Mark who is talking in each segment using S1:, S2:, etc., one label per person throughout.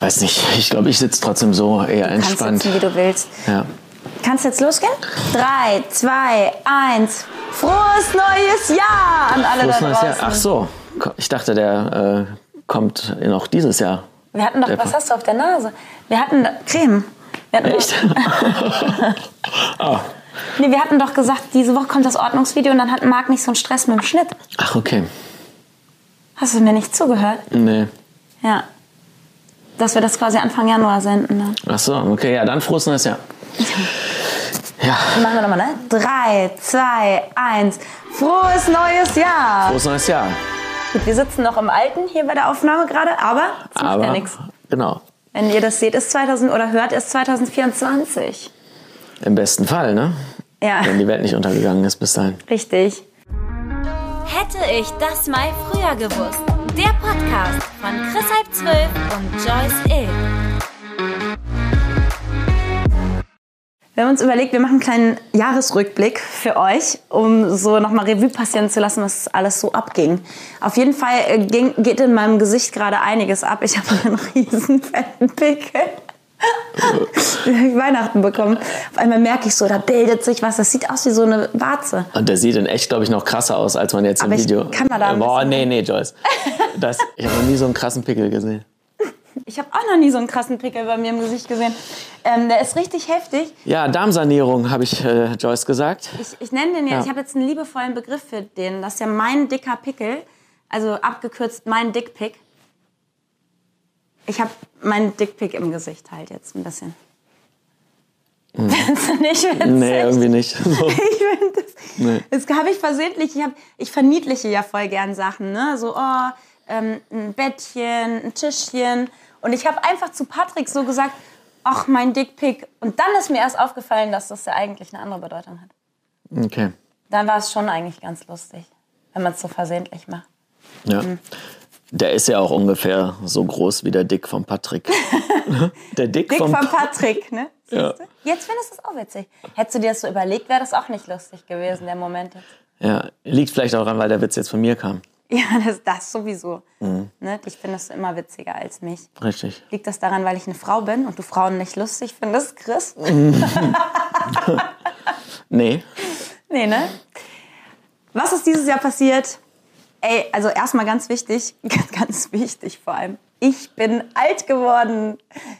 S1: Weiß nicht, ich glaube, ich sitze trotzdem so eher entspannt.
S2: Kannst sitzen, wie du willst.
S1: Ja.
S2: Kannst jetzt losgehen? Drei, zwei, eins. Frohes neues Jahr an alle
S1: Frohes
S2: da
S1: neues
S2: draußen.
S1: Jahr. Ach so, ich dachte, der äh, kommt noch dieses Jahr.
S2: Wir hatten doch,
S1: Der-
S2: was hast du auf der Nase? Wir hatten da- Creme. Wir hatten
S1: Echt? Ah.
S2: Doch, nee, wir hatten doch gesagt, diese Woche kommt das Ordnungsvideo und dann hat Marc nicht so einen Stress mit dem Schnitt.
S1: Ach, okay.
S2: Hast du mir nicht zugehört?
S1: Nee.
S2: Ja. Dass wir das quasi Anfang Januar senden. ne? Dann.
S1: Ach so, okay, ja, dann frohes neues Jahr. Ja,
S2: Machen wir nochmal, ne? Drei, zwei, eins. Frohes neues Jahr!
S1: frohes neues Jahr.
S2: Gut, wir sitzen noch im Alten hier bei der Aufnahme gerade, aber es macht
S1: Aber,
S2: ja nichts.
S1: genau,
S2: Wenn ihr das seht, ist 2000 oder hört, ist 2024.
S1: im besten Fall, ne?
S2: Ja,
S1: Wenn die Welt nicht untergegangen ist bis dahin.
S2: richtig.
S3: Hätte ich das mal früher gewusst. Der Podcast von Chris halb zwölf und Joyce E. Ill.
S2: Wir haben uns überlegt, wir machen einen kleinen Jahresrückblick für euch, um so nochmal Revue passieren zu lassen, was alles so abging. Auf jeden Fall äh, ging, geht in meinem Gesicht gerade einiges ab. Ich habe einen riesen fetten Pickel. Den hab ich Weihnachten bekommen. Auf einmal merke ich so, da bildet sich was. Das sieht aus wie so eine Warze.
S1: Und der sieht in echt, glaube ich, noch krasser aus, als man jetzt
S2: Aber
S1: im
S2: ich
S1: Video.
S2: kann mal da ein
S1: Boah,
S2: bisschen-
S1: nee, nee, Joyce. Das, ich habe noch nie so einen krassen Pickel gesehen.
S2: Ich habe auch noch nie so einen krassen Pickel bei mir im Gesicht gesehen. Ähm, der ist richtig heftig.
S1: Ja, Darmsanierung, habe ich äh, Joyce gesagt.
S2: Ich, ich nenne den jetzt,
S1: Ja.
S2: ich habe jetzt einen liebevollen Begriff für den. Das ist ja mein dicker Pickel. Also abgekürzt mein Dickpick. Ich habe meinen Dickpick im Gesicht halt jetzt ein bisschen. Findest du nicht witzig?
S1: Mhm. Nee, irgendwie nicht. So.
S2: Ich finde das. Das habe ich versehentlich. Ich, hab, ich verniedliche ja voll gern Sachen, ne? So, oh, ähm, ein Bettchen, ein Tischchen. Und ich habe einfach zu Patrick so gesagt, ach, mein Dickpick. Und dann ist mir erst aufgefallen, dass das ja eigentlich eine andere Bedeutung hat.
S1: Okay.
S2: Dann war es schon eigentlich ganz lustig, wenn man es so versehentlich macht.
S1: Ja. Der ist ja auch ungefähr so groß wie der Dick von Patrick. der Dick,
S2: Dick
S1: vom
S2: von
S1: Patrick.
S2: Patrick, ne? Siehst
S1: Ja.
S2: du? Jetzt findest du es auch witzig. Hättest du dir das so überlegt, wäre das auch nicht lustig gewesen, der Moment jetzt.
S1: Ja, liegt vielleicht auch daran, weil der Witz jetzt von mir kam.
S2: Ja, das, das sowieso.
S1: Mhm.
S2: Ne? Dich findest du immer witziger als mich.
S1: Richtig.
S2: Liegt das daran, weil ich eine Frau bin und du Frauen nicht lustig findest, Chris?
S1: Nee.
S2: Nee, ne? Was ist dieses Jahr passiert? Ey, also erstmal ganz wichtig, ganz, ganz wichtig vor allem. Ich bin alt geworden.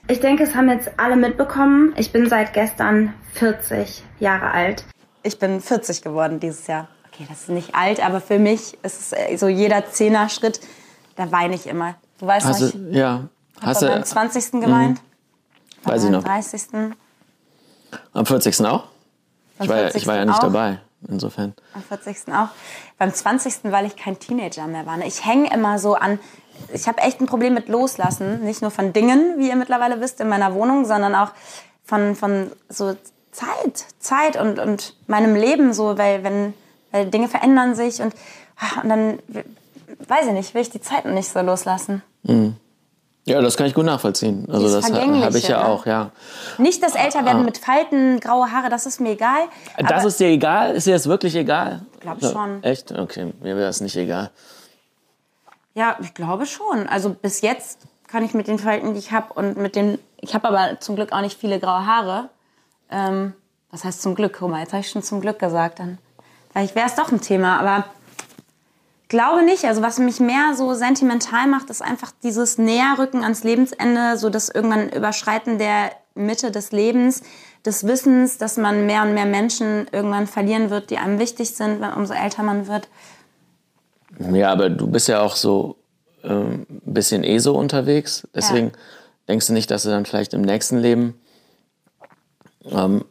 S4: Ich denke, es haben jetzt alle mitbekommen. Ich bin seit gestern 40 Jahre alt.
S2: Ich bin 40 geworden dieses Jahr. Okay, das ist nicht alt, aber für mich ist es äh, so jeder Zehner-Schritt, da weine ich immer. Du weißt
S1: Hast
S2: noch, ich
S1: du, ja. Also, Hast
S2: habe bei meinem
S1: du, Mhm,
S2: 20. geweint,
S1: weiß ich
S2: beim
S1: noch.
S2: 30.
S1: Am 40. auch? Ich war, ja- ich
S2: 40.
S1: war ja nicht
S2: auch.
S1: dabei, insofern.
S2: Am 40. auch. Beim 20. weil ich kein Teenager mehr war. ne? Ich hänge immer so an. Ich habe echt ein Problem mit Loslassen. Nicht nur von Dingen, wie ihr mittlerweile wisst, in meiner Wohnung, sondern auch von, von so Zeit. Zeit und, und meinem Leben so, weil, wenn, weil Dinge verändern sich und, ah, und dann, weiß ich nicht, will ich die Zeit nicht so loslassen.
S1: Ja, das kann ich gut nachvollziehen. Also
S2: Dieses
S1: das ha- habe ich
S2: Vergängliche,
S1: ja
S2: ne?
S1: auch, ja.
S2: Nicht das Älterwerden mit Falten, graue Haare, das ist mir egal.
S1: Ah, Das
S2: aber-
S1: ist dir egal? Ist dir das wirklich egal?
S2: Glaub
S1: Ja,
S2: schon.
S1: Echt? Okay, mir wäre das nicht egal.
S2: Ja, ich glaube schon. Also bis jetzt kann ich mit den Falten, die ich habe und mit den, ich habe aber zum Glück auch nicht viele graue Haare. Ähm, was heißt zum Glück? Guck mal, jetzt habe ich schon zum Glück gesagt. Dann vielleicht wäre es doch ein Thema, aber glaube nicht. Also was mich mehr so sentimental macht, ist einfach dieses Näherrücken ans Lebensende, so das irgendwann Überschreiten der Mitte des Lebens, des Wissens, dass man mehr und mehr Menschen irgendwann verlieren wird, die einem wichtig sind, wenn- umso älter man wird.
S1: Ja, aber du bist ja auch so ähm, ein bisschen eh so unterwegs. Deswegen denkst du nicht, dass du dann vielleicht im nächsten Leben ähm,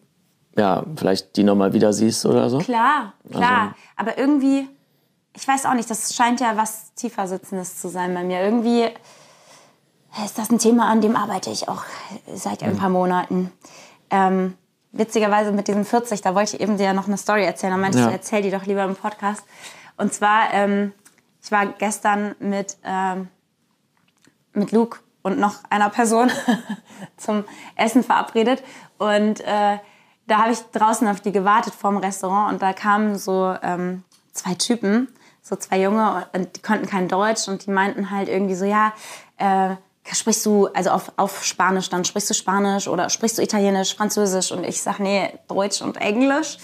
S1: ja, vielleicht die nochmal wieder siehst oder so? Also-
S2: Klar, klar. aber irgendwie, ich weiß auch nicht, das scheint ja was tiefer sitzendes zu sein bei mir. Irgendwie ist das ein Thema, an dem arbeite ich auch seit
S1: Mhm.
S2: ein paar Monaten. Ähm, witzigerweise mit diesem 40, da wollte ich eben dir ja noch eine Story erzählen. Da meinte
S1: Ja.
S2: ich, erzähl die doch lieber im Podcast. Und zwar, ähm, ich war gestern mit, ähm, mit Luke und noch einer Person zum Essen verabredet. Und äh, da habe ich draußen auf die gewartet vorm Restaurant und da kamen so ähm, zwei Typen, so zwei Junge und die konnten kein Deutsch und die meinten halt irgendwie so, ja, äh, sprichst du, also auf, auf Spanisch dann, sprichst du Spanisch oder sprichst du Italienisch, Französisch? Und ich sag, nee, Deutsch und Englisch.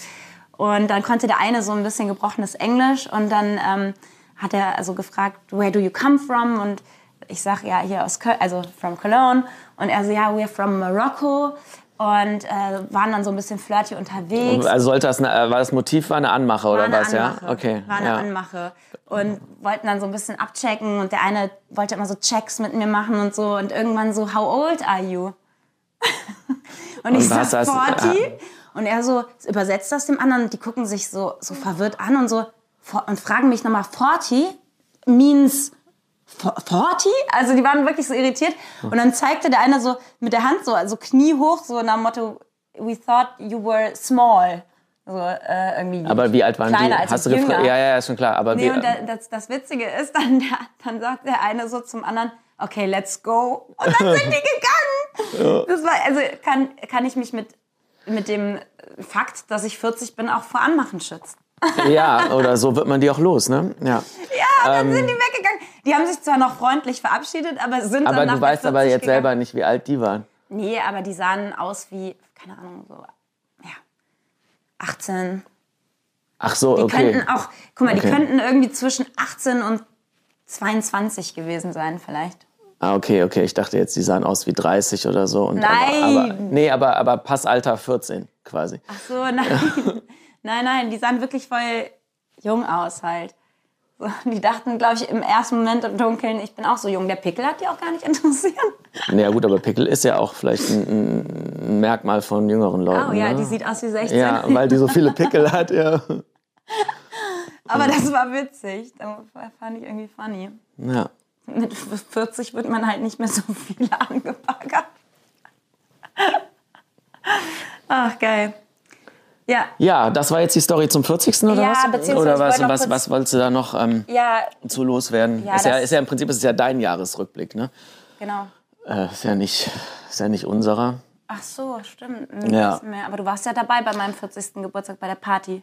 S2: Und dann konnte der eine so ein bisschen gebrochenes Englisch und dann ähm, hat er also gefragt, where do you come from? Und ich sag, ja, hier aus Köln, also from Cologne. Und er so, ja, we're from Morocco. Und äh, waren dann so ein bisschen flirty unterwegs.
S1: Also sollte das, eine, äh, war das Motiv war eine Anmache oder
S2: War eine
S1: was,
S2: Anmache.
S1: ja? Okay.
S2: War eine
S1: ja.
S2: Anmache. Und wollten dann so ein bisschen abchecken und der eine wollte immer so Checks mit mir machen und so und irgendwann so, how old are you? und ich
S1: Und was
S2: sag,
S1: hast du- ah.
S2: 40.
S1: ja.
S2: Und er so, übersetzt das dem anderen und die gucken sich so, so verwirrt an und so for- und fragen mich nochmal, 40 means for- 40? Also die waren wirklich so irritiert. Und dann zeigte der eine so mit der Hand so, also Knie hoch, so nach dem Motto, we thought you were small. So, äh, irgendwie
S1: Aber wie alt waren
S2: kleiner
S1: die?
S2: Als
S1: Hast du
S2: ich
S1: gefra-
S2: jünger.
S1: Ja, ja, ja, ist schon klar. Aber
S2: Nee,
S1: wie,
S2: und da, das, das Witzige ist, dann, der, dann sagt der eine so zum anderen, okay, let's go. Und dann sind die gegangen. Das war, also kann, kann ich mich mit, mit dem Fakt, dass ich 40 bin, auch vor Anmachen schützen.
S1: ja, oder so wird man die auch los, ne? Ja.
S2: Ja, dann
S1: Ähm.
S2: sind die weggegangen. Die haben sich zwar noch freundlich verabschiedet, aber sind
S1: Aber
S2: dann nach
S1: du
S2: der
S1: weißt aber
S2: 40
S1: jetzt
S2: gegangen.
S1: selber nicht, wie alt die waren.
S2: Nee, aber die sahen aus wie, keine Ahnung, so, ja, 18.
S1: Ach so,
S2: Die
S1: okay.
S2: könnten auch, guck mal, die
S1: Okay.
S2: könnten irgendwie zwischen 18 und 22 gewesen sein vielleicht.
S1: Ah, okay, okay. Ich dachte jetzt, die sahen aus wie 30 oder so. Und Aber, aber,
S2: Nein.
S1: nee, aber, aber Passalter 14 quasi.
S2: Ach so, nein. nein, nein, die sahen wirklich voll jung aus halt. So, die dachten, glaube ich, im ersten Moment im Dunkeln, ich bin auch so jung. Der Pickel hat die auch gar nicht interessiert.
S1: Naja gut, aber Pickel ist ja auch vielleicht ein, ein Merkmal von jüngeren Leuten.
S2: Oh ja,
S1: ne?
S2: die sieht aus wie 16.
S1: Ja, weil die so viele Pickel hat, ja.
S2: Aber das war witzig. Das fand ich irgendwie funny.
S1: Ja.
S2: Mit 40 wird man halt nicht mehr so viel angebaggert. Ach, geil. Ja,
S1: Ja, das war jetzt die Story zum 40. oder
S2: Ja,
S1: was?
S2: beziehungsweise
S1: oder
S2: ich
S1: was,
S2: wollte noch
S1: was,
S2: kurz-
S1: was wolltest du da noch ähm,
S2: ja,
S1: zu loswerden?
S2: Ja,
S1: ist, ja,
S2: das-
S1: ist ja im Prinzip ist es ja dein Jahresrückblick, ne?
S2: genau.
S1: Äh, ist ja nicht, ist ja nicht unserer.
S2: Ach so, stimmt.
S1: Ja.
S2: Ja. Mehr. Aber du warst ja dabei bei meinem 40. Geburtstag bei der Party.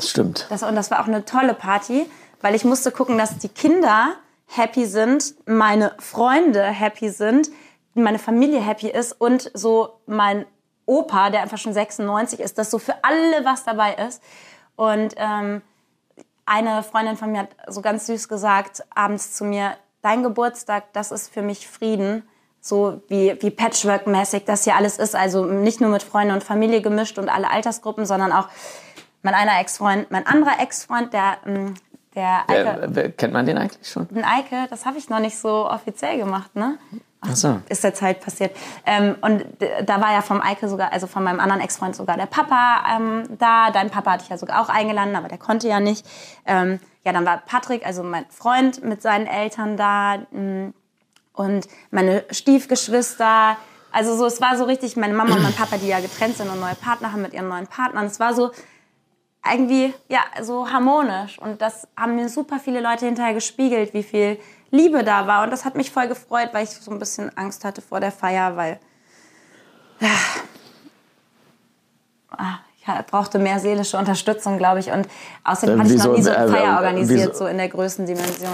S1: Stimmt.
S2: Das, und das war auch eine tolle Party, weil ich musste gucken, dass die Kinder happy sind, meine Freunde happy sind, meine Familie happy ist und so mein Opa, der einfach schon 96 ist, dass so für alle was dabei ist. Und ähm, eine Freundin von mir hat so ganz süß gesagt abends zu mir, dein Geburtstag, das ist für mich Frieden. So wie, wie Patchwork-mäßig das hier alles ist. Also nicht nur mit Freunden und Familie gemischt und alle Altersgruppen, sondern auch mein einer Ex-Freund, mein anderer Ex-Freund, der, ähm, der Eike,
S1: Äh, wer- kennt man den eigentlich schon?
S2: ein Eike, das habe ich noch nicht so offiziell gemacht, ne?
S1: Ach so.
S2: ist jetzt halt passiert. Ähm, und d- da war ja vom Eike sogar, also von meinem anderen Ex-Freund sogar der Papa ähm, da. Dein Papa hatte ich ja sogar auch eingeladen, aber der konnte ja nicht. Ähm, ja, dann war Patrick, also mein Freund, mit seinen Eltern da m, und meine Stiefgeschwister. Also so, es war so richtig, meine Mama und mein Papa, die ja getrennt sind und neue Partner haben mit ihren neuen Partnern. Es war so irgendwie, ja, so harmonisch. Und das haben mir super viele Leute hinterher gespiegelt, wie viel Liebe da war. Und das hat mich voll gefreut, weil ich so ein bisschen Angst hatte vor der Feier, weil ah, ich ha- brauchte mehr seelische Unterstützung, glaube ich. Und außerdem
S1: Äh,
S2: hatte ich
S1: wieso-
S2: noch nie so eine
S1: äh, äh,
S2: Feier organisiert,
S1: wieso-
S2: so in der Größendimension.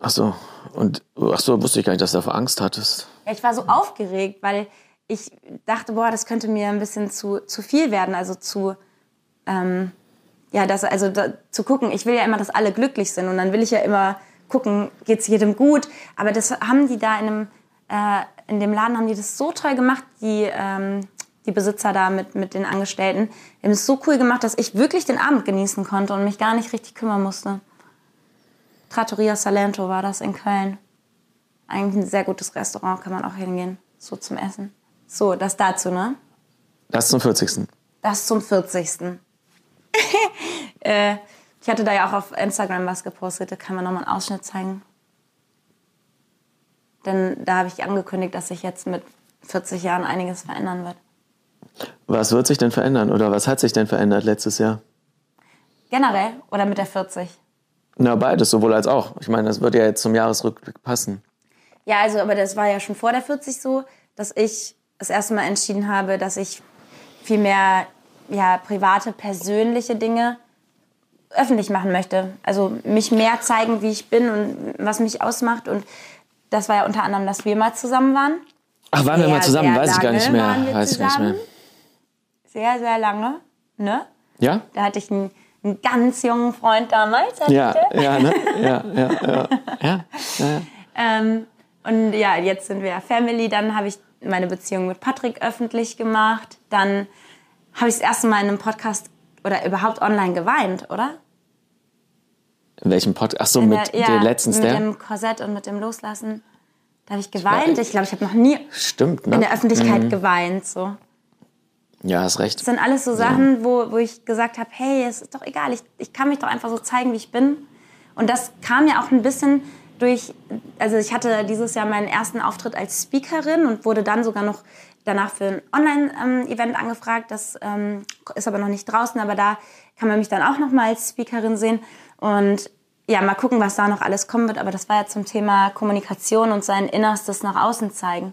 S1: Ach so. Und ach so, wusste ich gar nicht, dass du dafür Angst hattest.
S2: Ja, ich war so aufgeregt, weil ich dachte, boah, das könnte mir ein bisschen zu, zu viel werden. Also zu, ähm, ja, das, also da, zu gucken. Ich will ja immer, dass alle glücklich sind. Und dann will ich ja immer gucken, geht's jedem gut. Aber das haben die da in einem, äh, in dem Laden haben die das so toll gemacht, die, ähm, die Besitzer da mit, mit den Angestellten. Die haben es so cool gemacht, dass ich wirklich den Abend genießen konnte und mich gar nicht richtig kümmern musste. Trattoria Salento war das in Köln eigentlich ein sehr gutes Restaurant, kann man auch hingehen, so zum Essen. So, das dazu, ne?
S1: Das zum 40.
S2: Das zum 40. äh, ich hatte da ja auch auf Instagram was gepostet, da kann man nochmal einen Ausschnitt zeigen. Denn da habe ich angekündigt, dass sich jetzt mit 40 Jahren einiges verändern wird.
S1: Was wird sich denn verändern oder was hat sich denn verändert letztes Jahr?
S2: Generell oder mit der 40?
S1: Na, beides, sowohl als auch. Ich meine, das würde ja jetzt zum Jahresrückblick passen.
S2: Ja, also, aber das war ja schon vor der 40 so, dass ich das erste Mal entschieden habe, dass ich viel mehr ja, private, persönliche Dinge öffentlich machen möchte. Also mich mehr zeigen, wie ich bin und was mich ausmacht und das war ja unter anderem, dass wir mal zusammen waren.
S1: Ach, waren wir
S2: Sehr,
S1: mal zusammen?
S2: sehr
S1: Weiß ich gar
S2: lange
S1: nicht mehr.
S2: waren wir
S1: Weiß ich gar nicht mehr.
S2: Sehr, sehr lange. Ne?
S1: Ja?
S2: Da hatte ich einen, einen ganz jungen Freund damals. hatte ich
S1: Ja,
S2: den.
S1: ja, ne? Ja, ja, ja. ja.
S2: Ähm, und ja, jetzt sind wir ja Family. Dann habe ich meine Beziehung mit Patrick öffentlich gemacht. Dann habe ich das erste Mal in einem Podcast oder überhaupt online geweint, oder?
S1: In welchem Podcast? Ach so,
S2: In
S1: mit
S2: der- ja,
S1: der letztens,
S2: Mit
S1: der?
S2: dem Korsett und mit dem Loslassen. Da habe ich
S1: Ich
S2: geweint.
S1: war-
S2: Ich glaube, ich habe noch nie
S1: Stimmt, ne?
S2: in der Öffentlichkeit geweint. So.
S1: Ja, hast recht.
S2: Das sind alles so Sachen, wo, wo ich gesagt habe, hey, es ist doch egal, ich, ich kann mich doch einfach so zeigen, wie ich bin. Und das kam ja auch ein bisschen durch, also ich hatte dieses Jahr meinen ersten Auftritt als Speakerin und wurde dann sogar noch danach für ein Online-Event angefragt. Das ähm, ist aber noch nicht draußen, aber da kann man mich dann auch noch mal als Speakerin sehen. Und ja, mal gucken, was da noch alles kommen wird. Aber das war ja zum Thema Kommunikation und sein Innerstes nach außen zeigen.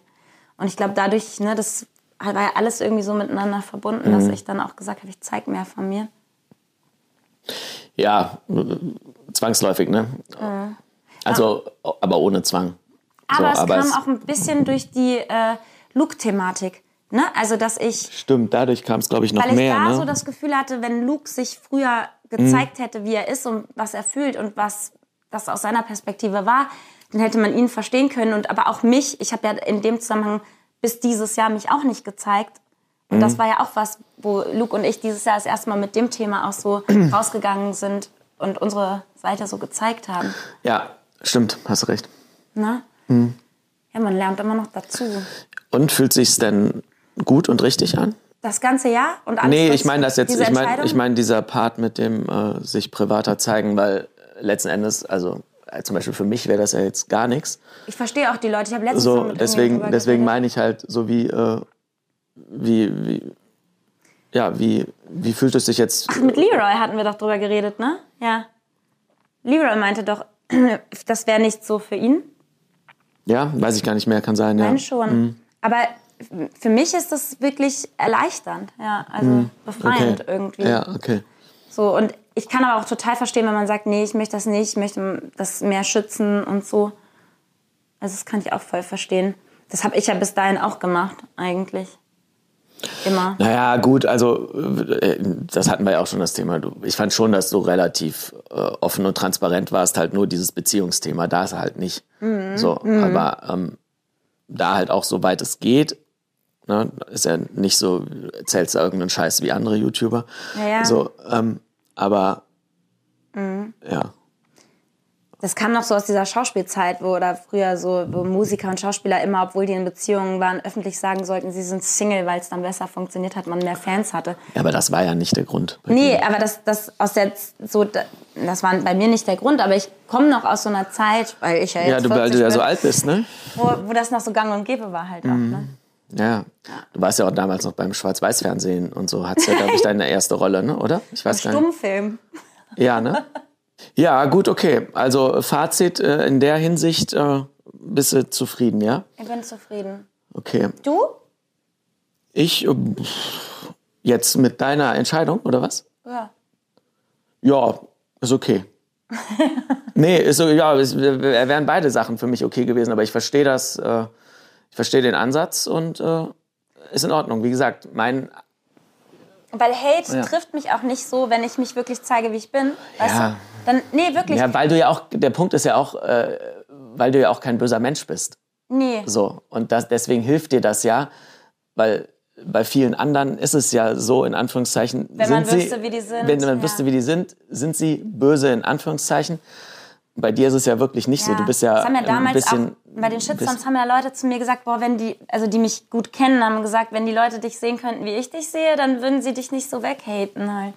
S2: Und ich glaube, dadurch, ne, das war ja alles irgendwie so miteinander verbunden, dass
S1: Mhm.
S2: ich dann auch gesagt habe, ich zeig mehr von mir.
S1: Ja, äh, zwangsläufig, ne? Also, aber ohne Zwang.
S2: Aber
S1: so,
S2: es
S1: aber
S2: kam
S1: es
S2: auch ein bisschen durch die äh, Look-Thematik. Ne? Also, dass ich,
S1: stimmt, dadurch kam es, glaube ich, noch
S2: weil ich
S1: mehr.
S2: da
S1: ne?
S2: so das Gefühl hatte, wenn Luke sich früher gezeigt hätte, wie er ist und was er fühlt und was das aus seiner Perspektive war, dann hätte man ihn verstehen können und aber auch mich. Ich habe ja in dem Zusammenhang bis dieses Jahr mich auch nicht gezeigt. Und
S1: Mhm.
S2: das war ja auch was, wo Luke und ich dieses Jahr das erste Mal mit dem Thema auch so rausgegangen sind und unsere Seite so gezeigt haben.
S1: ja, stimmt, hast recht.
S2: Ne?
S1: Mhm.
S2: Ja, man lernt immer noch dazu.
S1: Und fühlt sich's denn gut und richtig an?
S2: Das ganze Jahr und alles.
S1: Nee,
S2: was-
S1: ich meine das jetzt,
S2: diese
S1: ich meine
S2: Entscheidung?
S1: ich mein dieser Part mit dem äh, sich privater zeigen, weil letzten Endes, also äh, zum Beispiel für mich wäre das ja jetzt gar nichts.
S2: ich verstehe auch die Leute. Ich habe letztens noch
S1: So,
S2: mit
S1: deswegen,
S2: irgendjemandem
S1: deswegen
S2: drüber
S1: meine ich halt so wie, äh, wie, wie, ja, wie, wie fühlt es sich jetzt?
S2: geredet. mit Leroy hatten wir doch drüber geredet, ne? Ja. Leroy meinte doch, das wäre nicht so für ihn.
S1: Ja, weiß ich gar nicht mehr, kann sein, ja. Mhm.
S2: Nein, schon. Aber f- für mich ist das wirklich erleichternd, ja, also befreiend irgendwie.
S1: Ja, Mhm. okay.
S2: So und ich kann aber auch total verstehen, wenn man sagt, nee, ich möchte das nicht, ich möchte das mehr schützen und so. Also das kann ich auch voll verstehen. Das habe ich ja bis dahin auch gemacht, eigentlich. Immer.
S1: Naja, gut, also äh, das hatten wir ja auch schon das Thema. Du- Ich fand schon, dass du relativ äh, offen und transparent warst, halt nur dieses Beziehungsthema, da ist halt nicht.
S2: Mhm,
S1: So, aber ähm, da halt auch so weit es geht, ne, ist ja nicht so, erzählst du irgendeinen Scheiß wie andere YouTuber.
S2: Ja, ja. Mhm.
S1: So, ähm, aber ja.
S2: Das kam noch so aus dieser Schauspielzeit, wo oder früher so wo Musiker und Schauspieler immer, obwohl die in Beziehungen waren, öffentlich sagen sollten, sie sind Single, weil es dann besser funktioniert hat, man mehr Fans hatte.
S1: ja, aber das war ja nicht der Grund.
S2: Nee, aber das, das aus der Z- so da- das war bei mir nicht der Grund, aber ich komme noch aus so einer Zeit, weil ich ja jetzt
S1: Ja, du, weil
S2: 40
S1: du ja
S2: bin,
S1: so alt bist, ne?
S2: wo, wo das noch so gang und gäbe war halt
S1: Mhm,
S2: auch. Ne?
S1: Ja, du warst ja auch damals noch beim Schwarz-Weiß-Fernsehen und so. Hattest ja, glaube ich, deine erste Rolle, ne? oder? Ich weiß gar nicht.
S2: Stummfilm.
S1: Ja, ne? Ja, gut, okay. Also Fazit äh, in der Hinsicht äh, bist du zufrieden, ja?
S2: Ich bin zufrieden.
S1: Okay.
S2: Du?
S1: Ich äh, pff, jetzt mit deiner Entscheidung oder was?
S2: Ja.
S1: Ja, ist okay. nee, ist so, ja, es wär- wären beide Sachen für mich okay gewesen, aber ich verstehe das, äh, ich verstehe den Ansatz und äh, ist in Ordnung. Wie gesagt, mein
S2: Weil Hate
S1: Ja.
S2: trifft mich auch nicht so, wenn ich mich wirklich zeige, wie ich bin. Weißt
S1: Ja.
S2: du? Dann, nee, wirklich.
S1: Ja, weil du ja auch, der Punkt ist ja auch, äh, weil du ja auch kein böser Mensch bist.
S2: nee.
S1: So. Und das, deswegen hilft dir das ja, weil bei vielen anderen ist es ja so, in Anführungszeichen.
S2: Wenn man
S1: sind sie,
S2: wüsste, wie die sind,
S1: Wenn man
S2: ja.
S1: wüsste, wie die sind, sind sie böse, in Anführungszeichen. Bei dir ist es ja wirklich nicht so. Du bist ja,
S2: das haben ja
S1: ähm,
S2: damals
S1: ein bisschen.
S2: auch, bei den Shitstorms
S1: bist-
S2: haben ja Leute zu mir gesagt, boah, wenn die, also die mich gut kennen, haben gesagt, wenn die Leute dich sehen könnten, wie ich dich sehe, dann würden sie dich nicht so weghaten halt.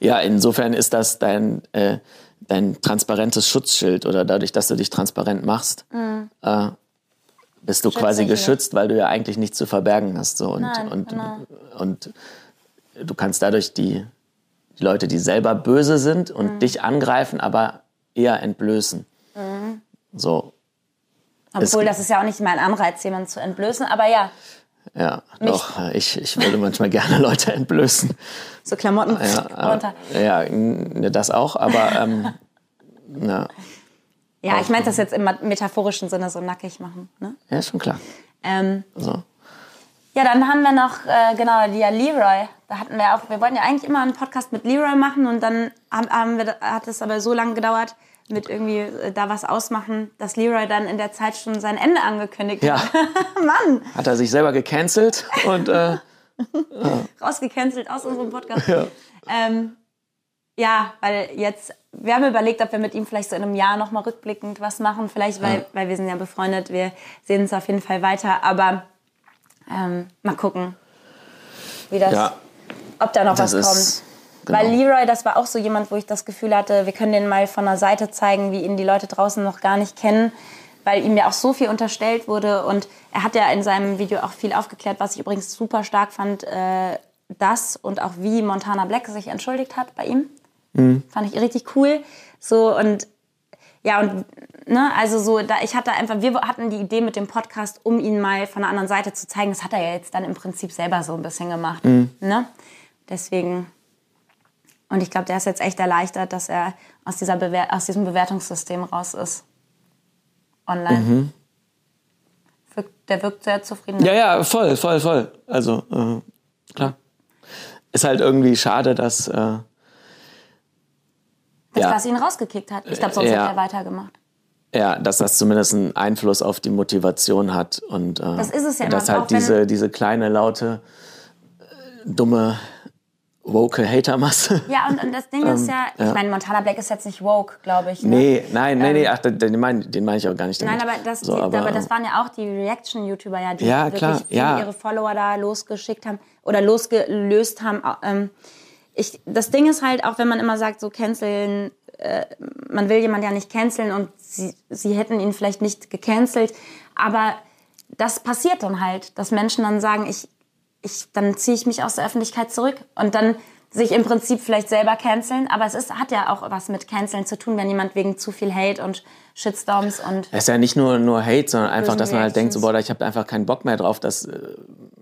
S1: Ja, insofern ist das dein, äh, dein transparentes Schutzschild oder dadurch, dass du dich transparent machst,
S2: Mhm.
S1: äh, bist du quasi
S2: dich, ja.
S1: geschützt, weil du ja eigentlich nichts zu verbergen hast. So. Und,
S2: Nein,
S1: und,
S2: genau.
S1: und du kannst dadurch die, die Leute, die selber böse sind und
S2: Mhm.
S1: dich angreifen, aber eher entblößen.
S2: Mhm.
S1: So,
S2: Obwohl,
S1: Es-
S2: das ist ja auch nicht mein Anreiz, jemanden zu entblößen, aber ja,
S1: ja, doch, ich, ich würde manchmal gerne Leute entblößen.
S2: so Klamotten
S1: Ja, ne,
S2: runter.
S1: äh, ja n- das auch, aber ähm, na,
S2: Ja, ich meinte das jetzt im ma- metaphorischen Sinne so nackig machen. Ne?
S1: Ja, ist schon klar.
S2: Ähm,
S1: So.
S2: ja, dann haben wir noch, äh, genau, die ja Leroy. Da hatten wir auch, wir wollten ja eigentlich immer einen Podcast mit Leroy machen und dann haben, haben wir, hat es aber so lange gedauert mit irgendwie äh, da was ausmachen, dass Leroy dann in der Zeit schon sein Ende angekündigt
S1: Ja.
S2: hat. Mann,
S1: Hat er sich selber gecancelt und äh,
S2: rausgecancelt aus unserem Podcast. Ja. Ähm, ja, weil jetzt, wir haben überlegt, ob wir mit ihm vielleicht so in einem Jahr nochmal rückblickend was machen. Vielleicht, weil, weil wir sind ja befreundet, wir sehen uns auf jeden Fall weiter. Aber ähm, mal gucken, wie das,
S1: ja,
S2: ob da noch
S1: das
S2: was kommt.
S1: ist. genau.
S2: Weil Leroy, das war auch so jemand, wo ich das Gefühl hatte, wir können den mal von der Seite zeigen, wie ihn die Leute draußen noch gar nicht kennen, weil ihm ja auch so viel unterstellt wurde. Und er hat ja in seinem Video auch viel aufgeklärt, was ich übrigens super stark fand, äh, das und auch wie Montana Black sich entschuldigt hat bei ihm.
S1: Mhm.
S2: Fand ich richtig cool. So und ja, und ne, also so, da, ich hatte einfach, wir hatten die Idee mit dem Podcast, um ihn mal von der anderen Seite zu zeigen. Das hat er ja jetzt dann im Prinzip selber so ein bisschen gemacht.
S1: Mhm.
S2: Ne? Deswegen. Und ich glaube, der ist jetzt echt erleichtert, dass er aus, dieser Bewer aus diesem Bewertungssystem raus ist. Online.
S1: Mhm.
S2: Wirkt, der wirkt sehr zufrieden.
S1: Ja, ja, voll, voll, voll. Also, äh, klar. Ist halt irgendwie schade, dass. Äh,
S2: dass
S1: ja.
S2: das ihn rausgekickt hat. Ich glaube, sonst
S1: Ja.
S2: hätte er weitergemacht.
S1: Ja, dass das zumindest einen Einfluss auf die Motivation hat und äh, das
S2: ist es ja immer,
S1: dass
S2: auch
S1: halt
S2: wenn-
S1: diese diese kleine laute äh, dumme woke Hatermasse.
S2: Ja, und, und das Ding ist ja, ich
S1: Ähm, ja.
S2: meine, Montana Black ist jetzt nicht woke, glaube ich. Ne?
S1: Nee, nein, nee, nee, ach, den- den meine den mein ich auch gar nicht damit.
S2: Nein, aber das,
S1: so,
S2: die,
S1: aber, ähm,
S2: aber, das waren ja auch die Reaction-YouTuber, ja, die
S1: Ja,
S2: wirklich
S1: klar,
S2: viele
S1: ja.
S2: ihre Follower da losgeschickt haben oder losgelöst haben. Ähm, ich, das Ding ist halt, auch wenn man immer sagt, so canceln, äh, man will jemanden ja nicht canceln und sie, sie hätten ihn vielleicht nicht gecancelt, aber das passiert dann halt, dass Menschen dann sagen, ich, ich, dann ziehe ich mich aus der Öffentlichkeit zurück und dann sich im Prinzip vielleicht selber canceln, aber es ist, hat ja auch was mit canceln zu tun, wenn jemand wegen zu viel Hate und Shitstorms und
S1: es ist ja nicht nur nur Hate, sondern einfach, dass man halt denkt, so
S2: Reactions.
S1: boah, ich habe einfach keinen Bock mehr drauf. Das äh,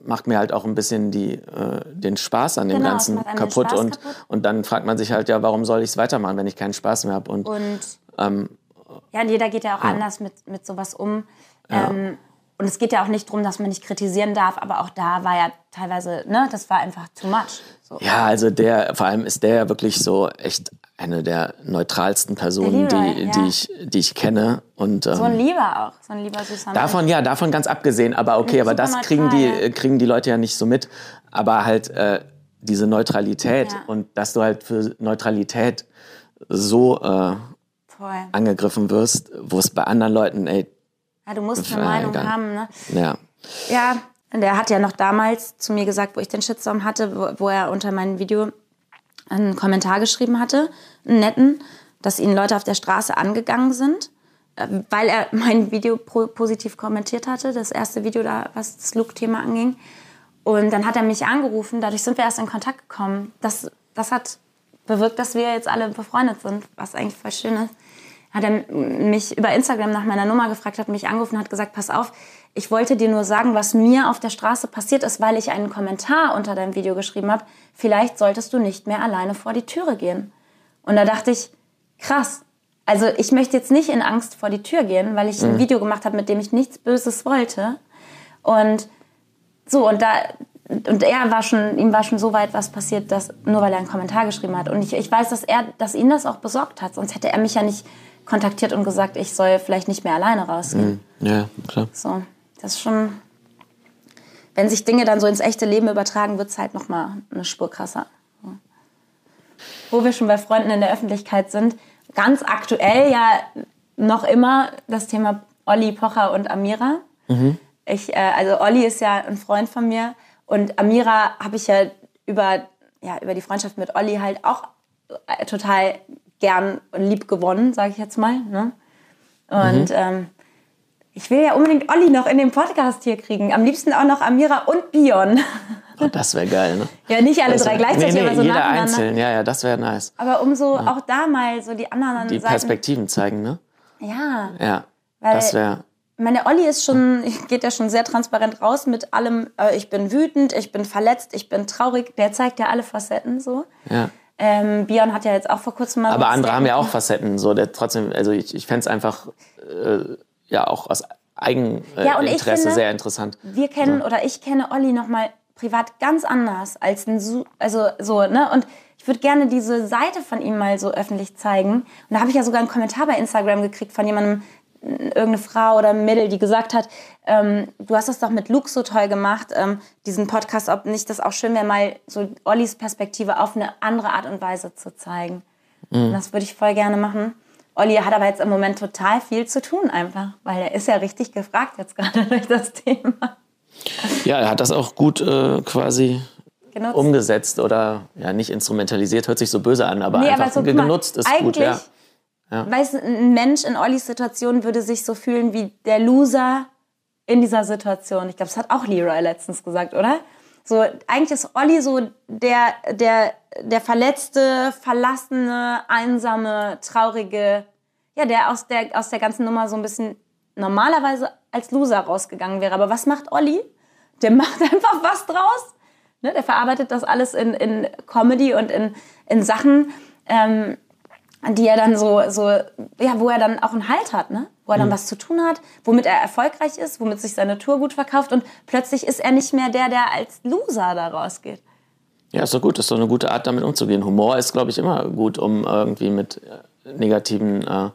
S1: macht mir halt auch ein bisschen die äh, den Spaß an dem
S2: Genau, es
S1: Ganzen
S2: macht einem den
S1: kaputt
S2: Spaß
S1: und
S2: kaputt.
S1: und dann fragt man sich halt ja, warum soll ich es weitermachen, wenn ich keinen Spaß mehr habe und
S2: Und ja, und jeder geht ja auch anders mit, mit sowas um. Ähm, und es geht ja auch nicht darum, dass man nicht kritisieren darf, aber auch da war ja teilweise, ne, das war einfach too much. So.
S1: Ja, also der, vor allem ist der ja wirklich so echt eine der neutralsten Personen,
S2: Der Leroy,
S1: die,
S2: ja.
S1: die, ich, die ich kenne. Und ähm,
S2: So ein lieber auch, so ein lieber süßer Mensch.
S1: davon, ja, davon ganz abgesehen, aber okay, aber das
S2: super
S1: kriegen, die,
S2: neutral, ja.
S1: äh, kriegen die Leute ja nicht so mit. Aber halt äh, diese Neutralität
S2: Ja.
S1: und dass du halt für Neutralität so äh,
S2: Voll.
S1: angegriffen wirst, wo es bei anderen Leuten, ey,
S2: Ja, du musst
S1: Voll
S2: eine Meinung
S1: egal.
S2: haben, ne?
S1: ja.
S2: Ja, und er hat ja noch damals zu mir gesagt, wo ich den Shitstorm hatte, wo, wo er unter meinem Video einen Kommentar geschrieben hatte, einen netten, dass ihn Leute auf der Straße angegangen sind, äh, weil er mein Video pro, positiv kommentiert hatte, das erste Video da, was das Look-Thema anging. Und dann hat er mich angerufen, dadurch sind wir erst in Kontakt gekommen. Das, das hat bewirkt, dass wir jetzt alle befreundet sind, was eigentlich voll schön ist. Hat er m- mich über Instagram nach meiner Nummer gefragt, hat mich angerufen, hat gesagt, pass auf, ich wollte dir nur sagen, was mir auf der Straße passiert ist, weil ich einen Kommentar unter deinem Video geschrieben habe. Vielleicht solltest du nicht mehr alleine vor die Türe gehen. Und da dachte ich, krass. Also ich möchte jetzt nicht in Angst vor die Tür gehen, weil ich ein Video gemacht habe, mit dem ich nichts Böses wollte. Und so, und da. Und er war schon, ihm war schon so weit was passiert, dass, nur weil er einen Kommentar geschrieben hat. Und ich, ich weiß, dass er, dass ihn das auch besorgt hat. Sonst hätte er mich ja nicht kontaktiert und gesagt, ich soll vielleicht nicht mehr alleine rausgehen.
S1: hm, Ja, klar.
S2: So, das ist schon. Wenn sich Dinge dann so ins echte Leben übertragen, wird es halt nochmal eine Spur krasser. So. Wo wir schon bei Freunden in der Öffentlichkeit sind, ganz aktuell ja noch immer das Thema Olli Pocher und Amira. Ich, äh, also Olli ist ja ein Freund von mir und Amira habe ich ja über, ja über die Freundschaft mit Olli halt auch äh, total gern und lieb gewonnen, sage ich jetzt mal. Ne? Und ähm, ich will ja unbedingt Olli noch in den Podcast hier kriegen. Am liebsten auch noch Amira und Bion.
S1: Und das wäre geil, ne?
S2: Ja, nicht alle drei gleichzeitig,
S1: nee, nee,
S2: aber so
S1: jeder
S2: nacheinander.
S1: einzeln, ja, ja, das wäre nice.
S2: Aber umso auch da mal so die anderen
S1: Die
S2: Seiten.
S1: Perspektiven zeigen, ne?
S2: Ja,
S1: Ja,
S2: Weil-
S1: das wäre...
S2: ich meine, Olli ist schon, geht ja schon sehr transparent raus mit allem. Äh, ich bin wütend, ich bin verletzt, ich bin traurig. Der zeigt ja alle Facetten so.
S1: Ja.
S2: Ähm, Bion hat ja jetzt auch vor kurzem mal.
S1: Aber
S2: was
S1: andere haben ja
S2: gemacht.
S1: auch Facetten. So, der trotzdem, also ich, ich fände es einfach äh, ja auch aus Eigeninteresse äh,
S2: Ja, und ich
S1: Interesse
S2: finde-
S1: sehr interessant.
S2: wir kennen oder ich kenne Olli nochmal privat ganz anders als ein Su also so, ne? Und ich würde gerne diese Seite von ihm mal so öffentlich zeigen. Und da habe ich ja sogar einen Kommentar bei Instagram gekriegt von jemandem, n- irgendeine Frau oder ein Mädel, die gesagt hat, ähm, du hast das doch mit Luke so toll gemacht, ähm, diesen Podcast, ob nicht das auch schön wäre, mal so Ollis Perspektive auf eine andere Art und Weise zu zeigen. Und das würde ich voll gerne machen. Olli hat aber jetzt im Moment total viel zu tun einfach, weil er ist ja richtig gefragt jetzt gerade durch das Thema.
S1: Ja, er hat das auch gut äh, quasi
S2: Genutzt.
S1: umgesetzt oder ja nicht instrumentalisiert, hört sich so böse an, aber
S2: Nee,
S1: einfach
S2: aber so,
S1: ge-
S2: guck mal,
S1: genutzt ist
S2: eigentlich,
S1: gut, ja.
S2: Weißt du, ein Mensch in Ollis Situation würde sich so fühlen wie der Loser in dieser Situation. Ich glaube, das hat auch Leroy letztens gesagt, oder? So, eigentlich ist Olli so der, der, der verletzte, verlassene, einsame, traurige, ja, der aus, der aus der ganzen Nummer so ein bisschen normalerweise als Loser rausgegangen wäre. Aber was macht Olli? Der macht einfach was draus. Ne? Der verarbeitet das alles in, in Comedy und in, in Sachen, ähm, die er dann so, so, ja, wo er dann auch einen Halt hat, ne? Wo er dann was zu tun hat, womit er erfolgreich ist, womit sich seine Tour gut verkauft und plötzlich ist er nicht mehr der, der als Loser da rausgeht.
S1: Ja, ist doch gut. Ist doch eine gute Art, damit umzugehen. Humor ist, glaube ich, immer gut, um irgendwie mit äh, negativen äh,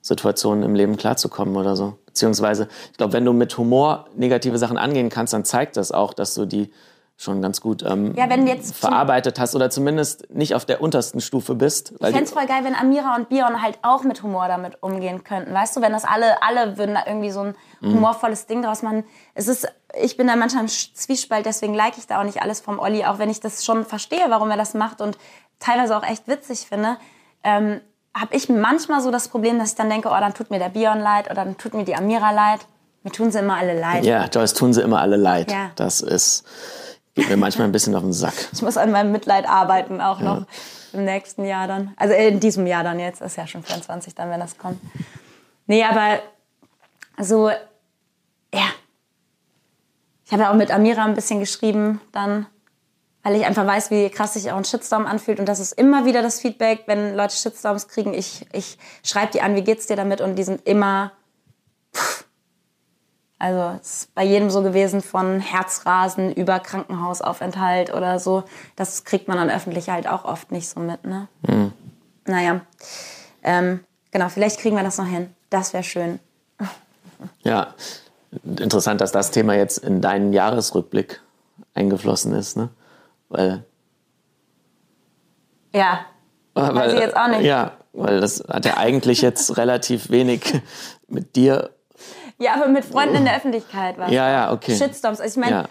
S1: Situationen im Leben klarzukommen oder so. Beziehungsweise, ich glaube, wenn du mit Humor negative Sachen angehen kannst, dann zeigt das auch, dass du die schon ganz gut ähm,
S2: Ja, wenn jetzt zum-
S1: verarbeitet hast oder zumindest nicht auf der untersten Stufe bist. Weil
S2: Ich
S1: die-
S2: fänd's voll geil, wenn Amira und Bion halt auch mit Humor damit umgehen könnten, weißt du? Wenn das alle, alle würden da irgendwie so ein
S1: Mhm.
S2: humorvolles Ding draus machen. Es ist, ich bin da manchmal im Sch- Zwiespalt, deswegen like ich da auch nicht alles vom Olli, auch wenn ich das schon verstehe, warum er das macht und teilweise auch echt witzig finde. Ähm, habe ich manchmal so das Problem, dass ich dann denke, oh, dann tut mir der Bion leid oder dann tut mir die Amira leid. Mir tun sie immer alle leid.
S1: ja, Joyce, tun sie immer alle leid.
S2: Ja.
S1: Das ist, geht mir manchmal ein bisschen auf den Sack.
S2: Ich muss an meinem Mitleid arbeiten, auch noch im nächsten Jahr dann. Also in diesem Jahr dann jetzt, ist ja schon 24 dann, wenn das kommt. Nee, aber so, ja. Ich habe ja auch mit Amira ein bisschen geschrieben dann, weil ich einfach weiß, wie krass sich auch ein Shitstorm anfühlt. Und das ist immer wieder das Feedback, wenn Leute Shitstorms kriegen. Ich, ich schreibe die an, wie geht's dir damit? Und die sind immer... Also es ist bei jedem so gewesen von Herzrasen über Krankenhausaufenthalt oder so. Das kriegt man dann öffentlich halt auch oft nicht so mit, ne?
S1: Mhm.
S2: Naja. Ähm, genau, vielleicht kriegen wir das noch hin. Das wäre schön.
S1: Ja, interessant, dass das Thema jetzt in deinen Jahresrückblick eingeflossen ist, ne? Weil
S2: Ja.
S1: Ah, Weil,
S2: Weiß ich jetzt auch nicht.
S1: Ja, weil das hat ja eigentlich jetzt relativ wenig mit dir.
S2: Ja, aber mit Freunden in der Öffentlichkeit war.
S1: Ja, ja, okay.
S2: Shitstorms. Also ich meine,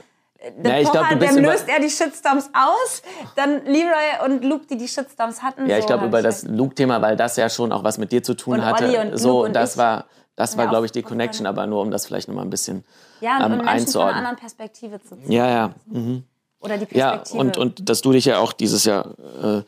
S1: Ja.
S2: der
S1: Ja, ich glaub,
S2: Pocher,
S1: du bist
S2: dem
S1: über-
S2: löst er die Shitstorms aus. Dann Leroy und Luke, die die Shitstorms hatten.
S1: Ja,
S2: so
S1: ich glaube
S2: hab
S1: über das Luke-Thema, weil das ja schon auch was mit dir zu tun
S2: Und
S1: hatte.
S2: Olli und
S1: so,
S2: Luke und
S1: das
S2: ich
S1: war, das war,
S2: ja
S1: glaube
S2: auch
S1: ich, die
S2: aufgefallen.
S1: Connection, aber nur um das vielleicht nochmal ein bisschen
S2: Ja, und
S1: ähm,
S2: um Menschen von einer
S1: einzuordnen.
S2: anderen Perspektive zu ziehen.
S1: Ja, ja, mhm.
S2: Oder die
S1: ja.
S2: Perspektive.
S1: Und, und dass du dich ja auch dieses Jahr äh,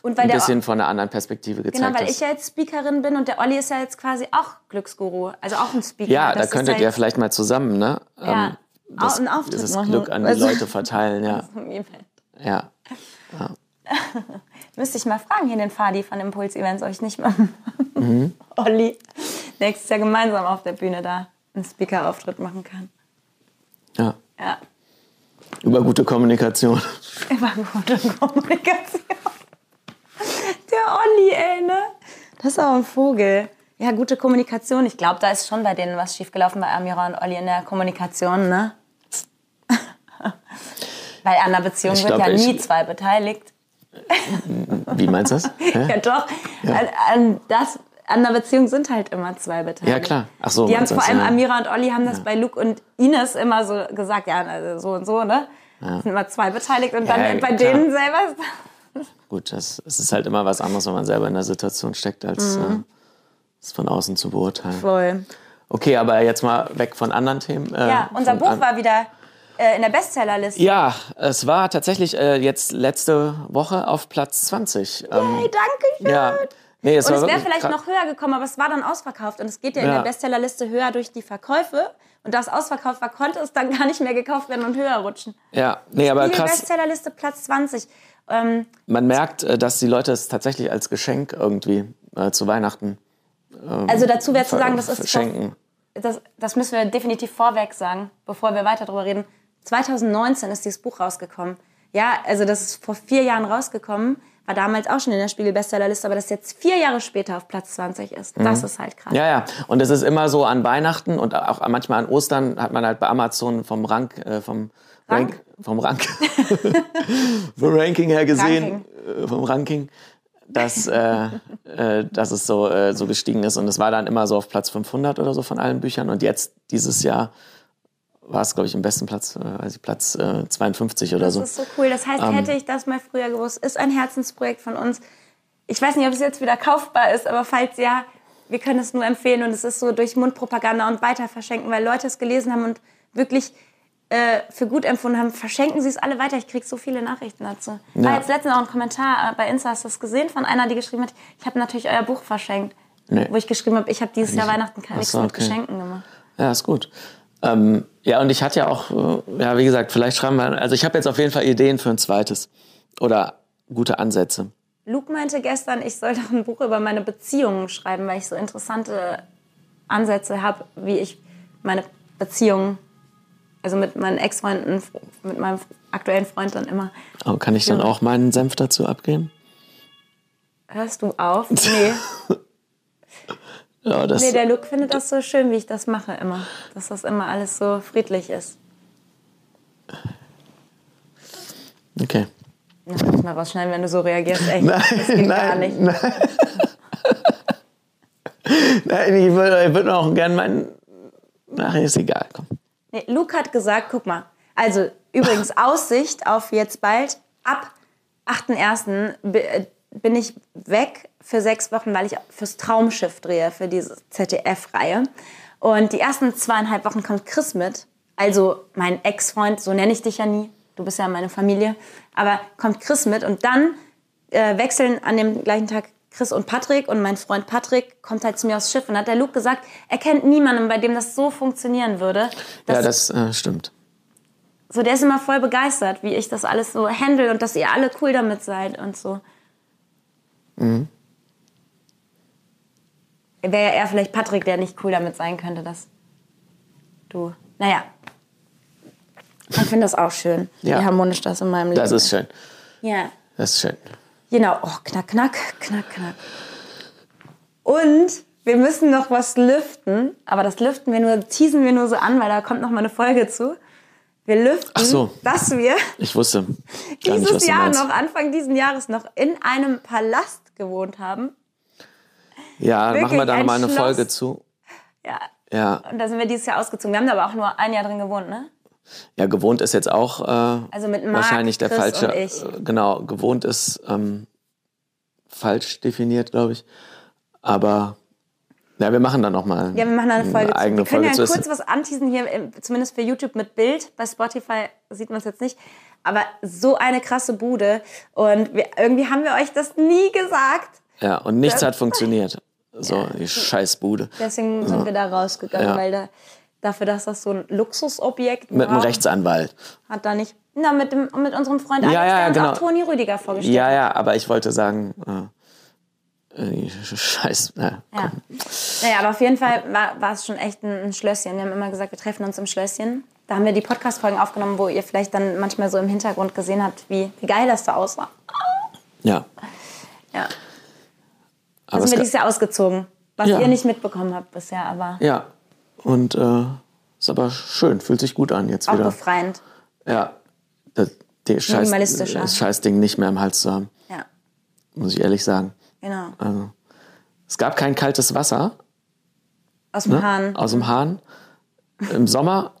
S2: Und weil
S1: ein
S2: der
S1: bisschen von einer anderen Perspektive gezeigt
S2: Genau, weil
S1: hast.
S2: ich ja jetzt Speakerin bin und der Olli ist ja jetzt quasi auch Glücksguru, also auch ein Speaker.
S1: ja,
S2: Das
S1: da
S2: ist
S1: könntet
S2: halt-
S1: ihr vielleicht mal zusammen, ne?
S2: ja,
S1: Ähm,
S2: auch einen Auftritt
S1: dieses
S2: machen.
S1: Glück an die
S2: Also-
S1: Leute verteilen, ja.
S2: Zum Event.
S1: ja.
S2: Müsste ich mal fragen hier den Fadi von Impuls Events, ob ich nicht mal
S1: Mhm.
S2: Olli nächstes Jahr gemeinsam auf der Bühne da einen Speaker-Auftritt machen kann.
S1: ja.
S2: Ja,
S1: Über gute Kommunikation.
S2: über gute Kommunikation. Der Olli, ey, ne? Das ist aber ein Vogel. Ja, gute Kommunikation. Ich glaube, da ist schon bei denen was schiefgelaufen, bei Amira und Olli in der Kommunikation, ne? Weil an einer Beziehung
S1: Ich
S2: wird
S1: glaub,
S2: ja
S1: ich-
S2: nie zwei beteiligt.
S1: Wie meinst du das? Hä?
S2: Ja, doch. An, an, das, an einer Beziehung sind halt immer zwei beteiligt.
S1: Ja, klar. Ach so,
S2: Die haben
S1: meinst du
S2: vor
S1: das,
S2: allem
S1: ja.
S2: Amira und Olli haben das bei Luke und Ines immer so gesagt, ja, also so und so, ne? Es sind immer zwei beteiligt und dann
S1: Ja,
S2: bei
S1: klar.
S2: denen selber ist
S1: Gut, das, es ist halt immer was anderes, wenn man selber in der Situation steckt, als
S2: Mhm.
S1: äh, es von außen zu beurteilen.
S2: voll.
S1: Okay, aber jetzt mal weg von anderen Themen. äh,
S2: Ja, unser
S1: von
S2: Buch
S1: an-
S2: war wieder äh, in der Bestsellerliste.
S1: Ja, es war tatsächlich äh, jetzt letzte Woche auf Platz 20. Ähm,
S2: Hey, danke schön.
S1: ja. Nee, es
S2: Und
S1: war
S2: es wäre
S1: wirklich
S2: vielleicht
S1: krass.
S2: noch höher gekommen, aber es war dann ausverkauft. Und es geht ja, in
S1: Ja.
S2: der Bestsellerliste höher durch die Verkäufe. Und da es ausverkauft war, konnte es dann gar nicht mehr gekauft werden und höher rutschen.
S1: Ja, nee, aber
S2: Die
S1: Ah, krass.
S2: Bestsellerliste Platz 20. Ähm,
S1: Man merkt, äh, dass die Leute es tatsächlich als Geschenk irgendwie äh, zu Weihnachten
S2: also dazu wäre zu sagen, das ist
S1: schenken.
S2: das, das müssen wir definitiv vorweg sagen, bevor wir weiter darüber reden. 2019 ist dieses Buch rausgekommen. Ja, also das ist vor vier Jahren rausgekommen, war damals auch schon in der Spiegel-Bestsellerliste, aber das jetzt vier Jahre später auf Platz 20 ist, das ist halt krass.
S1: Ja, ja. Und es ist immer so an Weihnachten und auch manchmal an Ostern hat man halt bei Amazon vom Rank, äh, vom
S2: Rank?
S1: Rank, vom Rank, vom Ranking her gesehen, äh, vom Ranking, dass, äh, äh, dass es so, äh, so gestiegen ist. Und es war dann immer so auf Platz 500 oder so von allen Büchern. Und jetzt, dieses Jahr, war es, glaube ich, im besten Platz, äh, weiß ich, Platz äh, 52 oder
S2: Das
S1: so. Ähm,
S2: ist so cool. Das heißt, hätte ich das mal früher gewusst, ist ein Herzensprojekt von uns. Ich weiß nicht, ob es jetzt wieder kaufbar ist, aber falls ja, wir können es nur empfehlen und es ist so durch Mundpropaganda und weiter verschenken, weil Leute es gelesen haben und wirklich äh, für gut empfunden haben, verschenken sie es alle weiter. Ich kriege so viele Nachrichten dazu. War
S1: Ja.
S2: jetzt letztens auch ein Kommentar äh, bei Insta, hast du das gesehen, von einer, die geschrieben hat, ich habe natürlich euer Buch verschenkt.
S1: Nee.
S2: Wo ich geschrieben habe, ich habe dieses Jahr Weihnachten
S1: Ach
S2: keine nichts
S1: so,
S2: mit
S1: okay.
S2: Geschenken gemacht.
S1: Ja, ist gut. Ähm, ja, und ich hatte ja auch, äh, ja, wie gesagt, vielleicht schreiben wir, also ich habe jetzt auf jeden Fall Ideen für ein zweites oder gute Ansätze.
S2: Luke meinte gestern, ich soll doch ein Buch über meine Beziehungen schreiben, weil ich so interessante Ansätze habe, wie ich meine Beziehungen, also mit meinen Ex-Freunden, mit meinem aktuellen Freund dann immer.
S1: Oh, kann ich dann auch meinen Senf dazu abgeben?
S2: Hörst du auf? Nee.
S1: Ja, das,
S2: Nee, der Luke findet das so schön, wie ich das mache immer. Dass das immer alles so friedlich ist.
S1: okay.
S2: Das muss ich mal rausschneiden, wenn du so reagierst. Echt, das geht gar
S1: nein,
S2: nicht.
S1: Nein. nein, ich würde ich würd auch gerne meinen. Ach, ist egal, komm.
S2: Nee, Luke hat gesagt, guck mal, also übrigens Aussicht auf jetzt bald, ab 8.1. bi- äh, bin ich weg für sechs Wochen, weil ich fürs Traumschiff drehe, für diese ZDF-Reihe. Und die ersten zweieinhalb Wochen kommt Chris mit, also mein Ex-Freund, so nenne ich dich ja nie, du bist ja meine Familie, aber kommt Chris mit und dann äh, wechseln an dem gleichen Tag Chris und Patrick und mein Freund Patrick kommt halt zu mir aufs Schiff und hat der Luke gesagt, er kennt niemanden, bei dem das so funktionieren würde.
S1: ja,
S2: dass-
S1: das äh, stimmt.
S2: so, der ist immer voll begeistert, wie ich das alles so handle und dass ihr alle cool damit seid und so.
S1: Mhm.
S2: Wäre ja eher vielleicht Patrick, der nicht cool damit sein könnte, dass du. Naja. Ich finde das auch schön,
S1: Ja.
S2: wie harmonisch das in meinem Leben
S1: Das ist schön.
S2: Ja.
S1: Das ist schön.
S2: Genau. Oh, knack, knack, knack, knack. Und wir müssen noch was lüften, aber das lüften wir nur, teasen wir nur so an, weil da kommt noch mal eine Folge zu. Wir lüften,
S1: Ach so.
S2: dass wir
S1: Ich wusste. Gar nicht, was
S2: dieses
S1: du
S2: Jahr
S1: meinst.
S2: noch, Anfang diesen Jahres noch in einem Palast gewohnt haben.
S1: Ja, machen
S2: Wirklich
S1: wir da
S2: ein
S1: nochmal eine
S2: Schloss.
S1: Folge zu.
S2: Ja.
S1: Ja.
S2: Und da sind wir dieses Jahr ausgezogen. Wir haben da aber auch nur ein Jahr drin gewohnt, ne?
S1: Ja, gewohnt ist jetzt auch äh,
S2: Also mit Marc,
S1: wahrscheinlich der
S2: Chris
S1: falsche.
S2: und ich.
S1: äh, Genau, gewohnt ist ähm, falsch definiert, glaube ich. Aber ja, wir machen dann nochmal.
S2: Ja, wir machen da eine Folge zu.
S1: eigene
S2: Wir können
S1: Folge zu.
S2: ja
S1: Es-
S2: kurz was anteasen hier, im- zumindest für YouTube mit Bild. Bei Spotify sieht man es jetzt nicht. Aber so eine krasse Bude. Und wir, irgendwie haben wir euch das nie gesagt.
S1: Ja, und nichts
S2: Das-
S1: hat funktioniert. So, die Scheißbude.
S2: Deswegen sind wir da rausgegangen,
S1: Ja.
S2: weil da, dafür, dass das so ein Luxusobjekt
S1: Mit einem
S2: war,
S1: Rechtsanwalt.
S2: hat da nicht. Na, mit, dem, mit unserem Freund Alex,
S1: ja, ja,
S2: der uns
S1: genau.
S2: auch Toni Rüdiger vorgestellt
S1: Ja, ja, aber ich wollte sagen, äh, äh, die Scheiß. äh, Ja,
S2: Ja. Naja, aber auf jeden Fall war, war es schon echt ein, ein Schlösschen. Wir haben immer gesagt, wir treffen uns im Schlösschen. Da haben wir die Podcast-Folgen aufgenommen, wo ihr vielleicht dann manchmal so im Hintergrund gesehen habt, wie, wie geil das da aussah.
S1: ja.
S2: Ja. Da
S1: Aber
S2: sind wir
S1: es,
S2: dieses Jahr ausgezogen. Was
S1: Ja.
S2: ihr nicht mitbekommen habt bisher, aber
S1: ja. Und äh, ist aber schön, fühlt sich gut an jetzt
S2: auch
S1: wieder.
S2: befreiend.
S1: Ja, das, die Scheiß,
S2: Minimalistischer.
S1: das Scheißding nicht mehr im Hals zu haben,
S2: Ja,
S1: muss ich ehrlich sagen.
S2: genau.
S1: Also, es gab kein kaltes Wasser
S2: Aus dem
S1: ne?
S2: Hahn.
S1: aus dem Hahn. Im Sommer,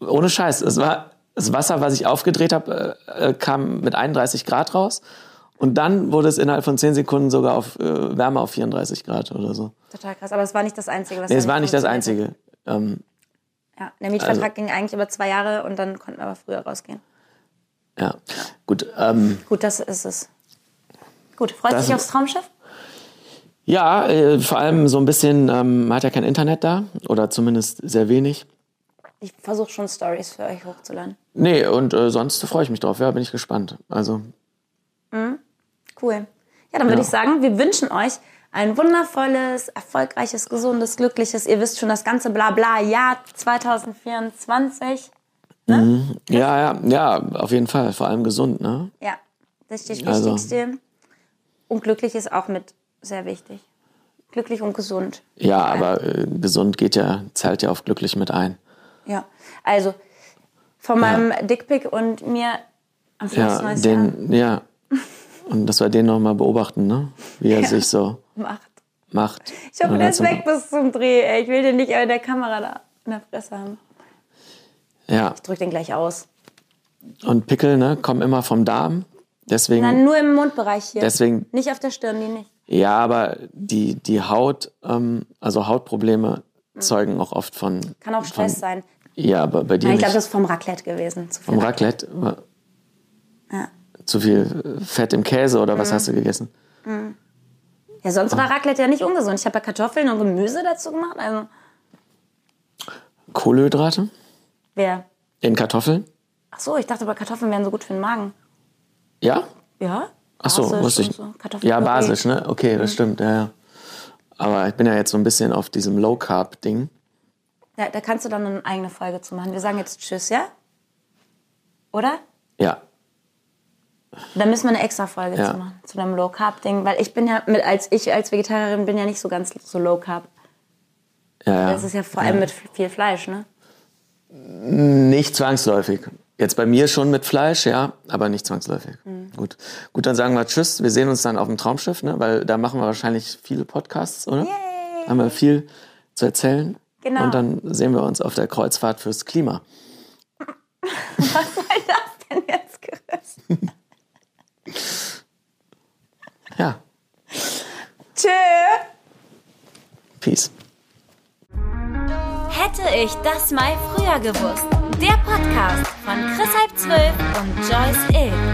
S1: ohne Scheiß, es war das Wasser, was ich aufgedreht habe, äh, äh, kam mit 31 Grad raus. Und dann wurde es innerhalb von 10 Sekunden sogar auf äh, Wärme auf 34 Grad oder so.
S2: Total krass. Aber es war nicht das Einzige, was
S1: Nee,
S2: da
S1: es war nicht das
S2: funktioniert
S1: Einzige. Ähm,
S2: hat. Ja, der Mietvertrag
S1: Also-
S2: ging eigentlich über zwei Jahre und dann konnten wir aber früher rausgehen.
S1: ja, gut. Ähm,
S2: Gut, das ist es. Gut, freut
S1: Das-
S2: sich aufs Traumschiff?
S1: Ja, äh, vor allem so ein bisschen, ähm, man hat ja kein Internet da oder zumindest sehr wenig.
S2: Ich versuche schon Stories für euch hochzuladen.
S1: Nee, und äh, sonst freue ich mich drauf. Ja, bin ich gespannt. Also
S2: Cool. Ja, dann würde ich sagen, wir wünschen euch ein wundervolles, erfolgreiches, gesundes, glückliches, ihr wisst schon, das ganze Blabla, Jahr 2024.
S1: Ja, ja, ja, auf jeden Fall. Vor allem gesund, ne?
S2: Ja, das ist das
S1: Also.
S2: Wichtigste. Und glücklich ist auch mit sehr wichtig. Glücklich und gesund.
S1: Ja, aber äh, gesund geht ja, zahlt ja auf glücklich mit ein.
S2: Ja. Also, von meinem Dickpick und mir am
S1: Ja, den, ja. Und dass wir den nochmal beobachten, ne? Wie er sich so
S2: macht.
S1: macht.
S2: Ich hoffe,
S1: Und
S2: der ist
S1: dann
S2: weg bis zum Dreh. Ey. Ich will den nicht in der Kamera da in der Fresse haben.
S1: zum- Ja,
S2: Drück den gleich aus.
S1: und Pickel, ne, kommen immer vom Darm. Deswegen,
S2: Nein, nur im Mundbereich hier.
S1: deswegen
S2: nicht auf der Stirn, die nicht.
S1: Ja, aber die, die Haut, ähm, also Hautprobleme zeugen auch oft von.
S2: Hm. Kann auch Stress
S1: von,
S2: sein.
S1: Ja, aber bei dir
S2: Nein,
S1: nicht.
S2: ich glaube, das ist vom Raclette gewesen. Zu viel
S1: Vom Raclette war
S2: Ja. Mhm.
S1: zu viel Fett im Käse oder was hast du gegessen?
S2: Ja, sonst war Raclette ja nicht ungesund. Ich habe ja Kartoffeln und Gemüse dazu gemacht. Also,
S1: Kohlenhydrate
S2: wer?
S1: in Kartoffeln?
S2: Ach so, ich dachte, aber Kartoffeln wären so gut für den Magen.
S1: Ja?
S2: Ja?
S1: Ach so,
S2: Basisch
S1: wusste
S2: und
S1: ich.
S2: so. Kartoffeln Mhm.
S1: Ja, basisch, ne? Okay, das stimmt, ja, ja. Aber ich bin ja jetzt so ein bisschen auf diesem Low Carb Ding.
S2: Da, da kannst du dann eine eigene Folge zu machen. Wir sagen jetzt Tschüss, ja? Oder?
S1: Ja.
S2: Da müssen wir eine extra Folge
S1: Ja.
S2: zu machen, zu deinem Low Carb Ding, weil ich bin ja mit als ich als Vegetarierin bin ja nicht so ganz so Low Carb.
S1: Ja,
S2: Das ist ja vor allem mit viel Fleisch, ne?
S1: Nicht zwangsläufig. Jetzt bei mir schon mit Fleisch, ja, aber nicht zwangsläufig. Gut. Gut, dann sagen wir Tschüss. Wir sehen uns dann auf dem Traumschiff, ne? weil da machen wir wahrscheinlich viele Podcasts, oder? Yay. Haben wir viel zu erzählen.
S2: Genau.
S1: Und dann sehen wir uns auf der Kreuzfahrt fürs Klima.
S2: Was soll das denn jetzt gerissen?
S1: Ja,
S2: Tschüss.
S1: peace.
S3: Hätte ich das mal früher gewusst. Der Podcast von Chris Halb Zwölf und Joyce E. Ill.